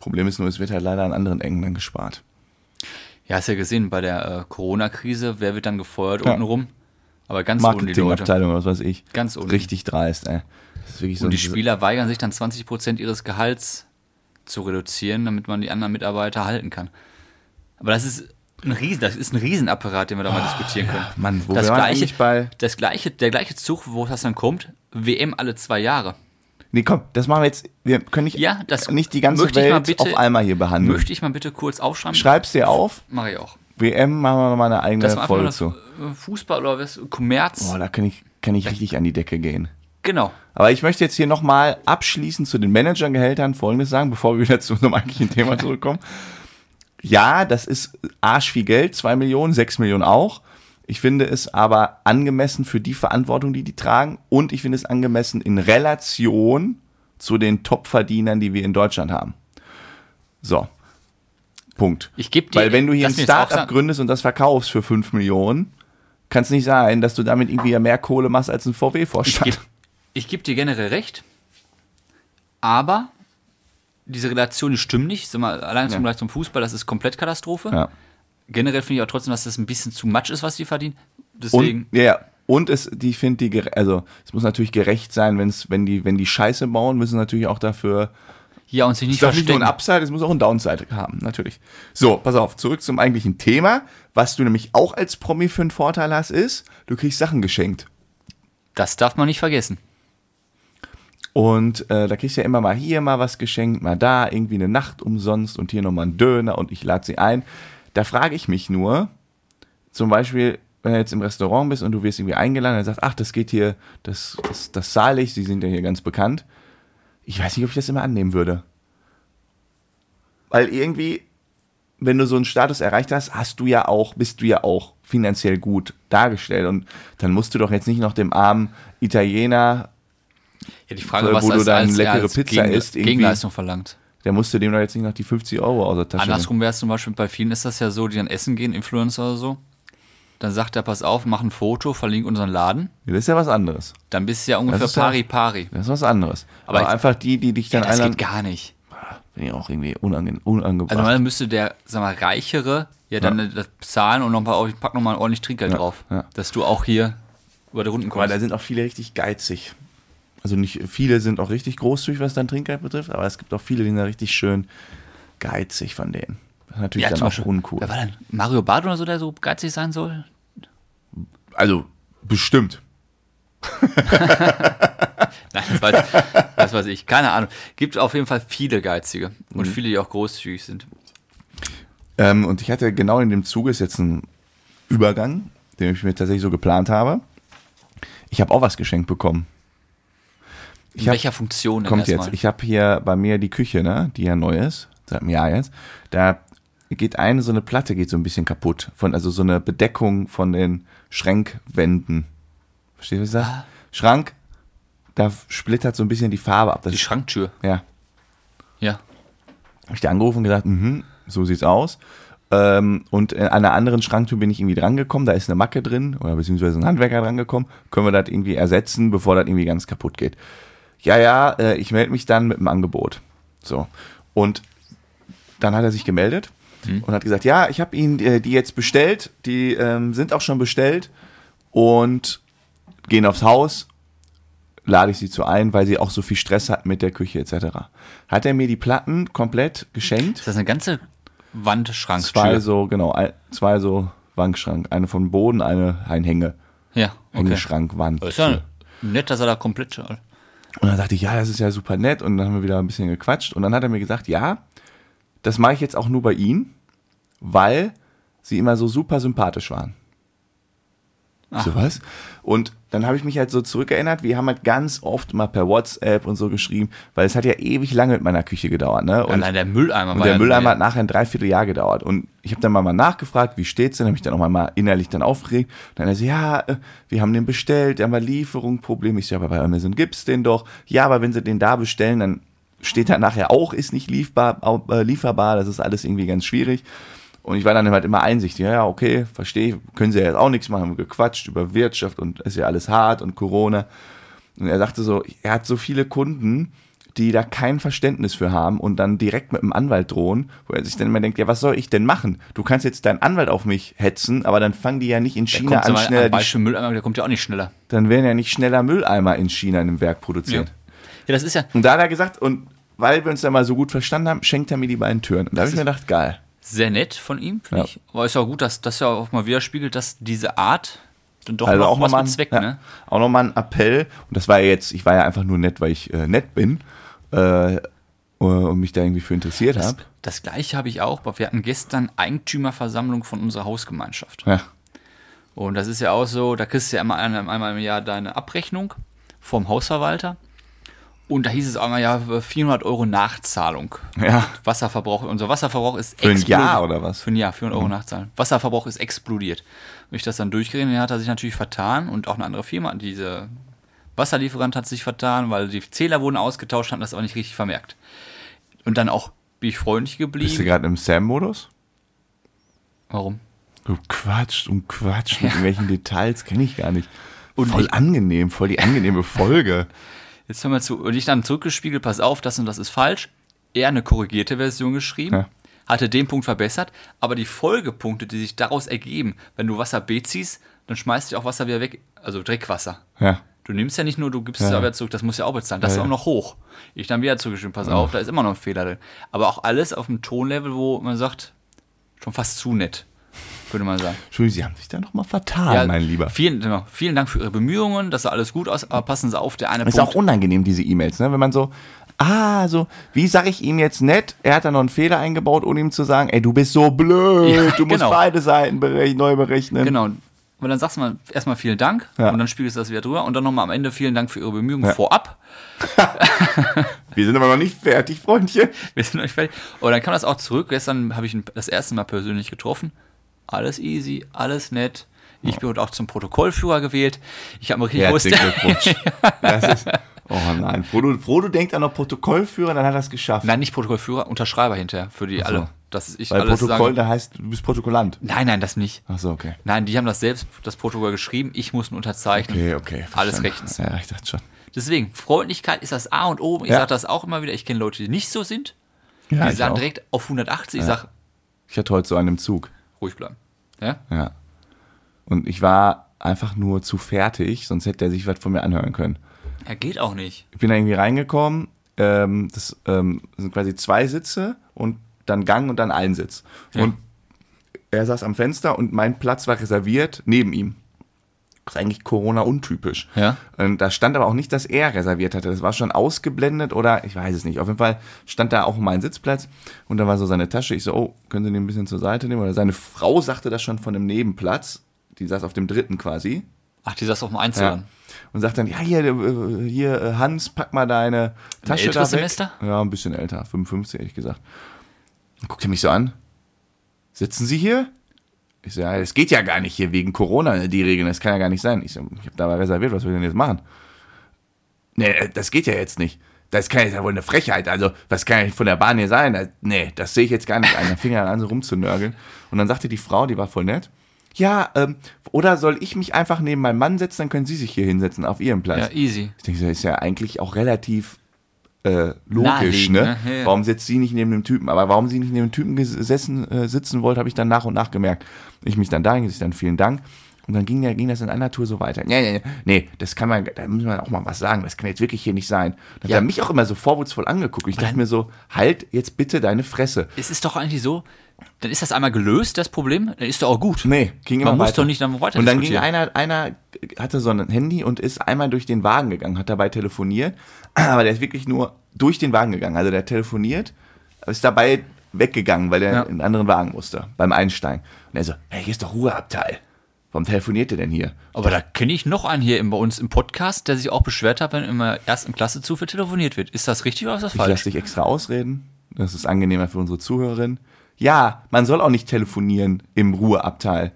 Problem ist nur, es wird halt leider an anderen Ecken dann gespart. Ja, hast ja gesehen, bei der äh, Corona-Krise, wer wird dann gefeuert Ja. untenrum? Aber ganz ohne die Leute. Marketingabteilung, was weiß ich. Ganz unten. Richtig dreist, ey. Das ist wirklich so Und die ein- Spieler weigern sich dann 20% ihres Gehalts zu reduzieren, damit man die anderen Mitarbeiter halten kann. Aber das ist ein, Riesen, das ist ein Riesenapparat, den wir da mal diskutieren können. Mann, wo das, wir waren gleiche, eigentlich bei- das gleiche, der gleiche Zug, wo das dann kommt, WM alle zwei Jahre. Nee, komm, das machen wir jetzt. Wir können nicht, Ja, das nicht die ganze möchte ich Welt mal bitte- auf einmal hier behandeln. Möchte ich mal bitte kurz aufschreiben? Schreib's dir auf. Mache ich auch. WM machen wir nochmal eine eigene Das war einfach nur Folge das zu. äh, Fußball oder was, Kommerz. Boah, da kann ich, kann ich richtig an die Decke gehen. Genau. Aber ich möchte jetzt hier nochmal abschließend zu den Managergehältern Folgendes sagen, bevor wir wieder zu unserem eigentlichen Thema zurückkommen. Ja, das ist arsch viel Geld, 2 Millionen, 6 Millionen auch. Ich finde es aber angemessen für die Verantwortung, die die tragen. Und ich finde es angemessen in Relation zu den Top-Verdienern, die wir in Deutschland haben. So. Punkt. Ich geb dir- Weil wenn du hier ein lass mich jetzt auch Startup sagen- gründest und das verkaufst für 5 Millionen, kann es nicht sein, dass du damit irgendwie ja mehr Kohle machst als ein VW-Vorstand. Ich geb- Ich gebe dir generell recht, aber diese Relationen stimmen nicht. Sag mal, allein zum, Vergleich zum Fußball, das ist komplett Katastrophe. Ja. Generell finde ich auch trotzdem, dass das ein bisschen zu much ist, was die verdienen. Deswegen, Und, ja, ja. und es, die finde die, gere- also es muss natürlich gerecht sein, wenn's, wenn die, wenn die Scheiße bauen, müssen natürlich auch dafür Ja, und sich Es nicht darf nicht nur verstecken. ein Upside, es muss auch ein Downside haben, natürlich. So, pass auf, zurück zum eigentlichen Thema. Was du nämlich auch als Promi für einen Vorteil hast, ist, du kriegst Sachen geschenkt. das darf man nicht vergessen. Und äh, da kriegst du ja immer mal hier mal was geschenkt, mal da, irgendwie eine Nacht umsonst und hier nochmal einen Döner und ich lade sie ein. Da frage ich mich nur, zum Beispiel, wenn du jetzt im Restaurant bist und du wirst irgendwie eingeladen, dann sagt, ach, das geht hier, das, das, das Saallicht, die sind ja hier ganz bekannt. Ich weiß nicht, ob ich das immer annehmen würde. Weil irgendwie, wenn du so einen Status erreicht hast, hast du ja auch, bist du ja auch finanziell gut dargestellt. Und dann musst du doch jetzt nicht noch dem armen Italiener Ja, die Frage, Voll, was wo du als, dann als, leckere als Pizza Gegen- isst, irgendwie. Gegenleistung verlangt. Der musste dem doch jetzt nicht noch die 50 Euro aus der Tasche nehmen. Andersrum wäre es zum Beispiel, bei vielen ist das ja so, die dann essen gehen, Influencer oder so. Dann sagt er, pass auf, mach ein Foto, verlink unseren Laden. Das ist ja was anderes. Dann bist du ja ungefähr ist ja- pari pari. Das ist was anderes. Aber Aber, ich- einfach die, die dich dann Das geht einladen, gar nicht. bin ich auch irgendwie unange unangebracht. Also man müsste der, sag mal, reichere ja dann Ja. das zahlen und noch ein paar, ich pack noch mal ordentlich Trinkgeld Ja, drauf, ja. dass du auch hier über die Runden Weil kommst. da sind auch viele richtig geizig. Also nicht viele sind auch richtig großzügig, was dann Trinkgeld betrifft, aber es gibt auch viele, die sind da richtig schön geizig von denen. Das ist natürlich dann auch uncool. Wer war denn Mario Barth oder so, der so geizig sein soll? Also bestimmt. Nein, das weiß, das weiß ich. Keine Ahnung. Gibt auf jeden Fall viele Geizige und Mhm. viele, die auch großzügig sind. Ähm, und ich hatte genau in dem Zuge ist jetzt ein Übergang, den ich mir tatsächlich so geplant habe. Ich habe auch was geschenkt bekommen. In Ich hab- welcher Funktion denn Kommt jetzt. erstmal? Ich habe hier bei mir die Küche, ne, die ja neu ist, seit einem Jahr jetzt. Da geht eine so eine Platte geht so ein bisschen kaputt von also so eine Bedeckung von den Schränkwänden. Verstehst du, was ich sag? Schrank da splittert so ein bisschen die Farbe ab. Das Die ist, Schranktür. ja. Ja. Hab ich da angerufen und gesagt, mhm, so sieht's aus. Ähm, und an einer anderen Schranktür bin ich irgendwie drangekommen, da ist eine Macke drin oder beziehungsweise ein Handwerker drangekommen. Können wir das irgendwie ersetzen, bevor das irgendwie ganz kaputt geht? Ja, ja, äh, ich melde mich dann mit dem Angebot. So. Und dann hat er sich gemeldet Hm. und hat gesagt, ja, ich habe Ihnen äh, die jetzt bestellt, die ähm, sind auch schon bestellt und gehen aufs Haus, lade ich sie zu ein, weil sie auch so viel Stress hat mit der Küche etc. Hat er mir die Platten komplett geschenkt? Ist das eine ganze Wand Schranktür? Zwei so, genau, ein, zwei so Wankschrank, eine vom Boden, eine ein Hänge, Ja, okay. Hängeschrankwand. Ist ja nett, dass er da komplett. Und Und dann dachte ich, ja, das ist ja super nett. Und dann haben wir wieder ein bisschen gequatscht. Und dann hat er mir gesagt, ja, das mache ich jetzt auch nur bei Ihnen, weil Sie immer so super sympathisch waren. Ich So was? Und dann habe ich mich halt so zurückerinnert, wir haben halt ganz oft mal per WhatsApp und so geschrieben, weil es hat ja ewig lange mit meiner Küche gedauert, ne? Und Allein der Mülleimer und war der ja- Mülleimer hat nachher ein Dreivierteljahr gedauert. Und ich habe dann mal, mal nachgefragt, wie steht's denn? Habe mich dann auch mal- mal innerlich dann aufgeregt. Und dann er so, ja, äh, wir haben den bestellt, wir haben mal Lieferung, Problem. Ich so, aber bei Amazon gibt's den doch. Ja, aber wenn sie den da bestellen, dann steht da nachher auch, ist nicht liefbar, au- äh, lieferbar. Das ist alles irgendwie ganz schwierig. Und ich war dann halt immer einsichtig, ja, ja, okay, verstehe, können sie ja jetzt auch nichts machen, haben gequatscht über Wirtschaft und ist ja alles hart und Corona. Und er sagte so, er hat so viele Kunden, die da kein Verständnis für haben und dann direkt mit dem Anwalt drohen, wo er sich dann immer denkt, ja, was soll ich denn machen? Du kannst jetzt deinen Anwalt auf mich hetzen, aber dann fangen die ja nicht in China kommt an, mal schneller, ein die, Beispiel Mülleimer, der kommt ja auch nicht schneller. dann werden ja nicht schneller Mülleimer in China in einem Werk produziert. Ja, das ist ja Und da hat er gesagt, und weil wir uns da mal so gut verstanden haben, schenkt er mir die beiden Türen. Und da habe ich mir gedacht, geil. sehr nett von ihm, finde Ja. ich. Aber ist ja auch gut, dass das ja auch mal widerspiegelt, dass diese Art dann doch Also noch auch was nochmal mit Zweck, ja, ne? auch noch mal ein Appell. Und das war ja jetzt, ich war ja einfach nur nett, weil ich äh, nett bin äh, und mich da irgendwie für interessiert Das, habe. das gleiche habe ich auch, aber wir hatten gestern Eigentümerversammlung von unserer Hausgemeinschaft. Ja. Und das ist ja auch so, da kriegst du ja immer einmal, einmal im Jahr deine Abrechnung vom Hausverwalter. Und da hieß es auch immer, ja, 400 Euro Nachzahlung. Ja. Wasserverbrauch, unser Wasserverbrauch ist Für ein Jahr oder was? Mhm. Für ein Jahr, 400 Euro nachzahlen. Wasserverbrauch ist explodiert. Wenn ich das dann durchgerechnet habe, hat er sich natürlich vertan und auch eine andere Firma, diese Wasserlieferant hat sich vertan, weil die Zähler wurden ausgetauscht, haben das aber nicht richtig vermerkt. Und dann auch bin ich freundlich Bist du geblieben. gerade im Sam-Modus? Warum? Du quatscht und quatscht mit irgendwelchen Details, kenne ich gar nicht. Und voll ich- angenehm, voll die angenehme Folge. Jetzt hör mal zu. Und ich dann zurückgespiegelt, pass auf, das und das ist falsch. Er eine korrigierte Version geschrieben, Ja. hatte den Punkt verbessert, aber die Folgepunkte, die sich daraus ergeben, wenn du Wasser beziehst, dann schmeißt du auch Wasser wieder weg, also Dreckwasser. Ja. Du nimmst ja nicht nur, du gibst Ja. es aber zurück, das muss ja auch bezahlen. Das Ja, ist auch ja. noch hoch. Ich dann wieder zugeschrieben, pass auf, da ist immer noch ein Fehler drin. Aber auch alles auf dem Tonlevel, wo man sagt, schon fast zu nett, könnte man sagen. Entschuldigung, Sie haben sich da nochmal vertan, Ja, mein Lieber. Vielen, genau. vielen Dank für Ihre Bemühungen, das sah alles gut aus, aber passen Sie auf, der eine Ist auch unangenehm, diese E-Mails, ne? wenn man so, ah, so, wie sage ich ihm jetzt nett? Er hat da noch einen Fehler eingebaut, ohne ihm zu sagen, ey, du bist so blöd, Ja, du musst genau. beide Seiten berech neu berechnen. Genau. Und dann sagst du mal erstmal vielen Dank Ja. und dann spiegelst du das wieder drüber und dann nochmal am Ende vielen Dank für Ihre Bemühungen Ja. vorab. Wir sind aber noch nicht fertig, Freundchen. Wir sind euch fertig. Und dann kam das auch zurück. Gestern habe ich ihn das erste Mal persönlich getroffen. Alles easy, alles nett. Ich bin heute auch zum Protokollführer gewählt. Ich habe mir richtig Herzlichen gewusst- Glückwunsch. Das ist, oh nein, Frodo, Frodo denkt an noch Protokollführer, dann hat er es geschafft. Nein, nicht Protokollführer, Unterschreiber hinterher für die Ach so. alle. Dass ich Weil alles Protokoll, sage. da heißt, du bist Protokollant. Nein, nein, das nicht. Ach so, okay. Nein, die haben das selbst, das Protokoll geschrieben. Ich muss ihn unterzeichnen. Okay, okay. verstanden. Alles rechtens. Ja, ich dachte schon. Deswegen, Freundlichkeit ist das A und O. Ich Ja. sage das auch immer wieder. Ich kenne Leute, die nicht so sind. Ja, Die ich, sagen auch. direkt auf 180. Ich sage, ich hatte heute so einen im Zug. ruhig bleiben. Ja? Ja. Und ich war einfach nur zu fertig, sonst hätte er sich was von mir anhören können. ja, geht auch nicht. Ich bin da irgendwie reingekommen. Ähm, das ähm, sind quasi zwei Sitze und dann Gang und dann ein Sitz. Ja. Und er saß am Fenster und mein Platz war reserviert neben ihm. Das ist eigentlich Corona-untypisch. Ja. Und da stand aber auch nicht, dass er reserviert hatte. Das war schon ausgeblendet oder ich weiß es nicht. Auf jeden Fall stand da auch mein Sitzplatz und da war so seine Tasche. Ich so, oh, können Sie den ein bisschen zur Seite nehmen? Oder seine Frau sagte das schon von dem Nebenplatz. Die saß auf dem dritten quasi. Ach, die saß auf dem Ja. Einzelnen. Und sagt dann, ja, hier, äh, hier, äh, Hans, pack mal deine Tasche da älteres weg. Semester? Ja, ein bisschen älter, 55 ehrlich gesagt. Dann guckt er mich so an. Sitzen Sie hier? Ich so, ja, das geht ja gar nicht hier wegen Corona, ne, die Regeln, das kann ja gar nicht sein. Ich so, ich habe dabei reserviert, was will ich denn jetzt machen? Nee, äh, das geht ja jetzt nicht. Das kann ja wohl eine Frechheit. Also, was kann ja von der Bahn hier sein? Äh, Nee, das sehe ich jetzt gar nicht ein. Dann fing er an, so rumzunörgeln. Und dann sagte die Frau, die war voll nett, ja, ähm, oder soll ich mich einfach neben meinen Mann setzen, dann können Sie sich hier hinsetzen auf Ihrem Platz. Ja, easy. Ich denke, so, ist ja eigentlich auch relativ äh, logisch, Naheliegend, ne? ne? Ja, ja. Warum sitzt sie nicht neben dem Typen? Aber warum sie nicht neben dem Typen gesessen, äh, sitzen wollte, habe ich dann nach und nach gemerkt. Ich mich dann dahin gesetzt, dann vielen Dank. Und dann ging, der, ging das in einer Tour so weiter. Nee, nee, nee, nee, das kann man, da muss man auch mal was sagen. Das kann jetzt wirklich hier nicht sein. Dann Ja. hat er mich auch immer so vorwurfsvoll angeguckt. Ich dachte mir so, halt jetzt bitte deine Fresse. Es ist doch eigentlich so, dann ist das einmal gelöst, das Problem, dann ist doch auch gut. Nee, ging immer Man muss weiter. doch nicht dann weiter Und dann ging diskutieren. einer, einer hatte so ein Handy und ist einmal durch den Wagen gegangen, hat dabei telefoniert, aber der ist wirklich nur durch den Wagen gegangen. Also der telefoniert, aber ist dabei weggegangen, weil der Ja. in einen anderen Wagen musste, beim Einsteigen. Und er so, hey, hier ist doch Ruheabteil. Warum telefoniert ihr denn hier? Aber da kenne ich noch einen hier im- bei uns im Podcast, der sich auch beschwert hat, wenn immer erst in Klasse zu viel telefoniert wird. Ist das richtig oder ist das Ich lasse falsch? dich extra ausreden. Das ist angenehmer für unsere Zuhörerin. Ja, man soll auch nicht telefonieren im Ruheabteil.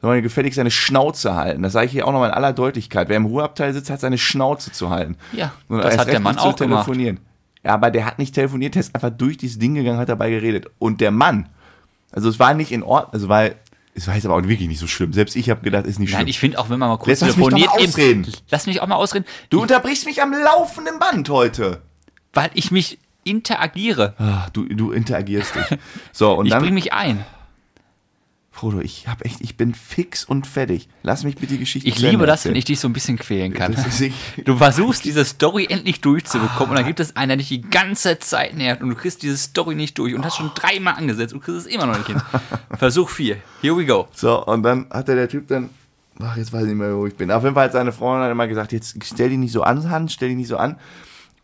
Soll man gefälligst seine Schnauze halten. Das sage ich hier auch nochmal in aller Deutlichkeit. Wer im Ruheabteil sitzt, hat seine Schnauze zu halten. Ja, Und das erst hat der recht Mann nicht zu auch gemacht. telefonieren. Ja, aber der hat nicht telefoniert, der ist einfach durch dieses Ding gegangen, hat dabei geredet. Und der Mann, also es war nicht in Ordnung, also weil, es war jetzt aber auch wirklich nicht so schlimm. Selbst ich habe gedacht, ist nicht Nein, schlimm. ich finde auch, wenn man mal kurz Lass mich doch mal telefoniert, eben- ausreden. lass mich auch mal ausreden, du unterbrichst mich am laufenden Band heute. weil ich mich interagiere. Ah, du, du interagierst dich. So, und Ich dann. bringe mich ein. Frodo, ich hab echt, ich bin fix und fertig. Lass mich bitte die Geschichte Ich zu Ende liebe das, wenn erzählen. ich dich so ein bisschen quälen kann. Das ist Ah. ich- Du versuchst, diese Story endlich durchzubekommen und dann gibt es einen, der dich die ganze Zeit nervt und du kriegst diese Story nicht durch und hast schon dreimal angesetzt und kriegst es immer noch nicht hin. Versuch vier. Here we go. So, und dann hatte der Typ dann, ach, jetzt weiß ich nicht mehr, wo ich bin. Auf jeden Fall hat seine Freundin dann immer gesagt, jetzt stell dich nicht so an, Hans, stell dich nicht so an.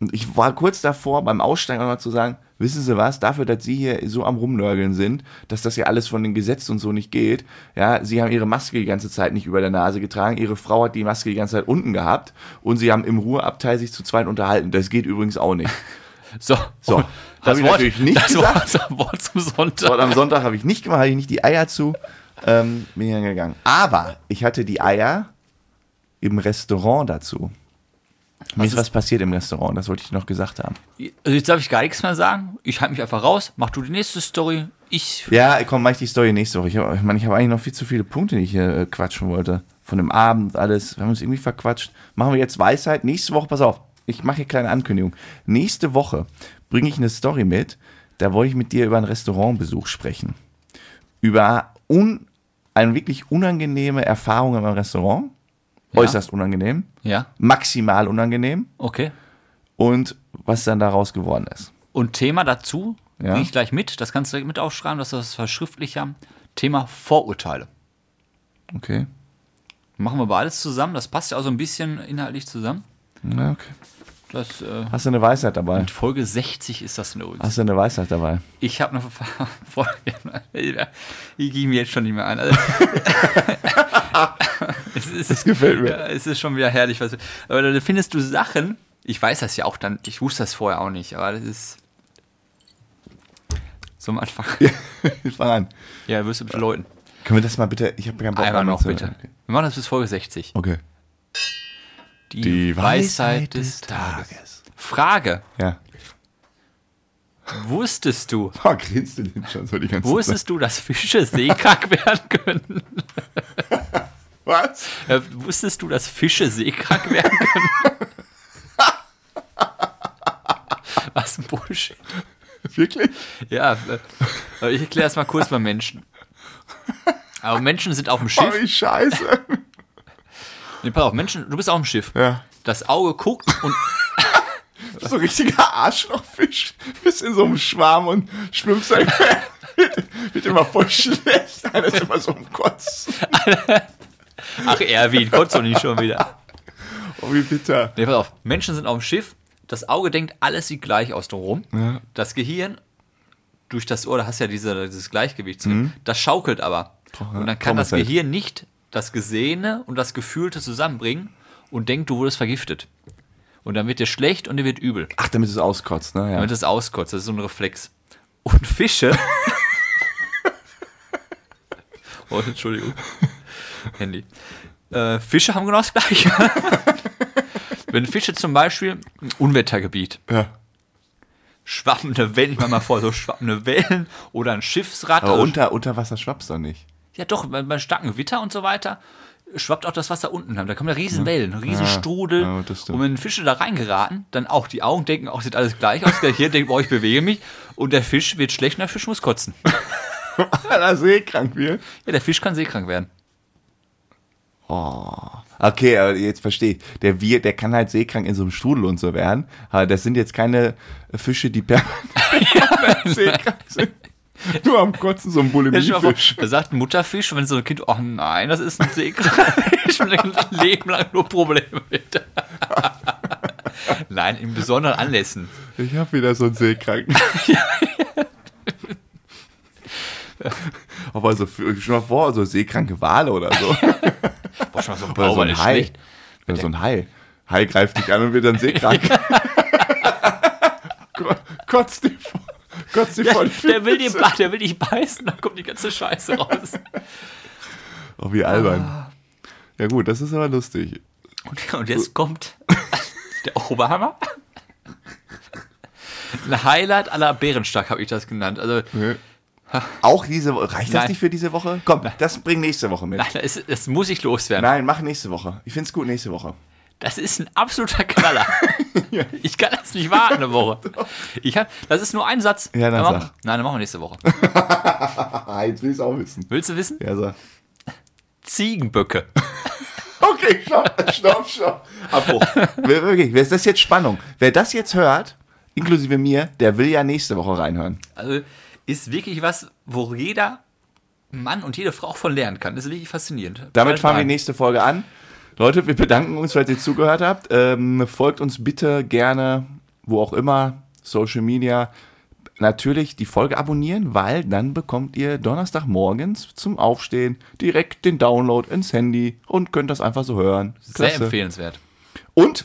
Und ich war kurz davor, beim Aussteigen nochmal zu sagen, wissen Sie was, dafür, dass Sie hier so am Rumnörgeln sind, dass das ja alles von den Gesetzen und so nicht geht, ja, Sie haben Ihre Maske die ganze Zeit nicht über der Nase getragen, Ihre Frau hat die Maske die ganze Zeit unten gehabt und Sie haben im Ruheabteil sich zu zweit unterhalten. Das geht übrigens auch nicht. So. So, hab ich natürlich nicht das gesagt. war unser Wort zum Sonntag. Dort am Sonntag habe ich nicht gemacht, hatte ich nicht die Eier zu, ähm, bin dann gegangen. Aber ich hatte die Eier im Restaurant dazu. Mir ist ist- was passiert im Restaurant, das wollte ich noch gesagt haben. Also jetzt darf ich gar nichts mehr sagen. Ich halte mich einfach raus. Mach du die nächste Story. Ich. Ja, komm, mach ich die Story nächste Woche. Ich, hab, ich meine, ich habe eigentlich noch viel zu viele Punkte, die ich hier äh, quatschen wollte. Von dem Abend, alles. Wir haben uns irgendwie verquatscht. Machen wir jetzt Weisheit. Nächste Woche, pass auf, ich mache hier kleine Ankündigung. Nächste Woche bringe ich eine Story mit. Da wollte ich mit dir über einen Restaurantbesuch sprechen. Über un, eine wirklich unangenehme Erfahrung im Restaurant. Äußerst unangenehm. Ja, Maximal unangenehm. okay. Und was dann daraus geworden ist. Und Thema dazu, Ja. bringe ich gleich mit, das kannst du direkt mit aufschreiben, dass wir das verschriftlich haben. Thema Vorurteile. Okay. Machen wir beides zusammen, das passt ja auch so ein bisschen inhaltlich zusammen. Na, okay. Das, äh, Hast du eine Weisheit dabei? mit Folge 60 ist das in der Hast du eine Weisheit dabei? Ich habe eine Ver- Folge. Die ging mir jetzt schon nicht mehr ein. Also, es ist, das gefällt mir. Es ist schon wieder herrlich. Was, aber da findest du Sachen. Ich weiß das ja auch dann. Ich wusste das vorher auch nicht. Aber das ist. So am Anfang. Ich fang an. Ja, wirst du bitte läuten. Können wir das mal bitte? Ich habe keinen Bock Einmal mehr noch, zu- bitte. Wir machen das bis Folge 60. Okay. Die, Die Weisheit des Tages. Frage. Ja. Wusstest du, Boah, grinst du denn schon so die ganze Zeit? wusstest du, dass Fische seekrank werden können? Was? Äh, Wusstest du, dass Fische seekrank werden können? Was ein Bullshit. Wirklich? Ja, äh, aber ich erkläre es mal kurz bei Menschen. Aber Menschen sind auf dem Boah, Schiff. Oh, wie scheiße. Nee, pass auf, Menschen, du bist auf dem Schiff. Ja. Das Auge guckt und So richtiger Arschlochfisch. Bist in so einem Schwarm und schwimmst dann. wird, wird immer voll schlecht. Einer ist immer so im Kotz. ach, Erwin, konntest du nicht schon wieder. Oh, wie bitter. Nee, pass auf, Menschen sind auf dem Schiff. Das Auge denkt, alles sieht gleich aus drumherum. Ja. Das Gehirn durch das Ohr, da hast du ja diese, dieses Gleichgewicht. Das schaukelt aber. Und dann kann das Traumatisierend. Gehirn nicht das Gesehene und das Gefühlte zusammenbringen und denkt, du wurdest vergiftet. Und dann wird dir schlecht und dir wird übel. Ach, damit es auskotzt, ne? Ja. Damit es auskotzt. Das ist so ein Reflex. Und Fische. oh, Entschuldigung. Handy. Äh, Fische haben genau das Gleiche. Wenn Fische zum Beispiel ein Unwettergebiet ja. schwappende Wellen, ich mach mal vor, so schwappende Wellen oder ein Schiffsrad. Aber Also- unter, unter Wasser schwappst du nicht. ja doch, bei, bei starkem Gewitter und so weiter schwappt auch das Wasser unten lang. Da kommen ja riesen Wellen, Riesenstrudel. ja, das stimmt. und wenn Fische da reingeraten, dann auch die Augen denken, auch sieht alles gleich aus. Der hier denkt, boah, ich bewege mich. Und der Fisch wird schlecht und der Fisch muss kotzen. Weil er seekrank wird. Ja, der Fisch kann seekrank werden. Okay, aber jetzt verstehe ich. Der wir, der kann halt seekrank in so einem Strudel und so werden. Aber das sind jetzt keine Fische, die permanent seekrank sind. Nur am Kotzen so ein Ja, stell dir mal Bulimiefisch. vor, Da sagt ein Mutterfisch, wenn so ein Kind, oh nein, das ist ein Seekrankfisch und ein Leben lang nur Probleme mit. nein, in besonderen Anlässen. Ich hab wieder so einen Seekranken. Aber so, stell dir mal vor, so seekranke Wale oder so. Boah, schon mal so ein Oder so Blauwal ein ist Hai. Oh, schlecht. Oder so ein Hai. Hai greift dich an und wird dann seekrank. Ko- Kotzt dir vor. Kotzt dir voll. Der will, den, der will dich beißen, dann kommt die ganze Scheiße raus. Oh, wie albern. Ja gut, das ist aber lustig. Und, und jetzt kommt der Oberhammer. Ein Highlight aller Bärenstark habe ich das genannt. Also, Auch diese Woche. Reicht das Nein. nicht für diese Woche? Komm, das bring nächste Woche mit. Nein, nein, das, ist, das muss ich loswerden. mach nächste Woche. Ich find's gut nächste Woche. Das ist ein absoluter Knaller. Ich kann das nicht warten eine Woche. Ich hab, das ist nur ein Satz. Ja, dann machen, sag. Nein, dann machen wir nächste Woche. Ah, jetzt will ich's auch wissen. Willst du wissen? Ja, so. Ziegenböcke. Okay, stopp, stopp, stopp. Abbruch. Wir- Wirklich, wer ist das jetzt Spannung? Wer das jetzt hört, inklusive mir, der will ja nächste Woche reinhören. Also ist wirklich was, wo jeder Mann und jede Frau auch von lernen kann. Das ist wirklich faszinierend. Damit fangen wir nicht. die nächste Folge an. Leute, wir bedanken uns, falls ihr zugehört habt. Ähm, folgt uns bitte gerne, wo auch immer, Social Media. Natürlich die Folge abonnieren, weil dann bekommt ihr Donnerstagmorgens zum Aufstehen direkt den Download ins Handy und könnt das einfach so hören. Sehr Klasse. empfehlenswert. Und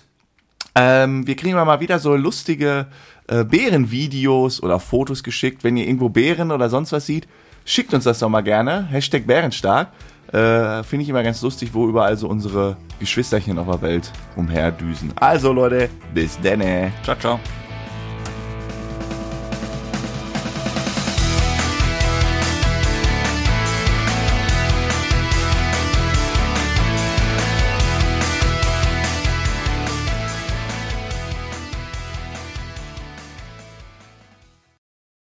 ähm, wir kriegen mal wieder so lustige äh, Bärenvideos oder Fotos geschickt. Wenn ihr irgendwo Bären oder sonst was seht, schickt uns das doch mal gerne. Hashtag Bärenstark. Äh, Finde ich immer ganz lustig, wo überall so unsere Geschwisterchen auf der Welt umherdüsen. Also Leute, bis denne. Ciao, ciao.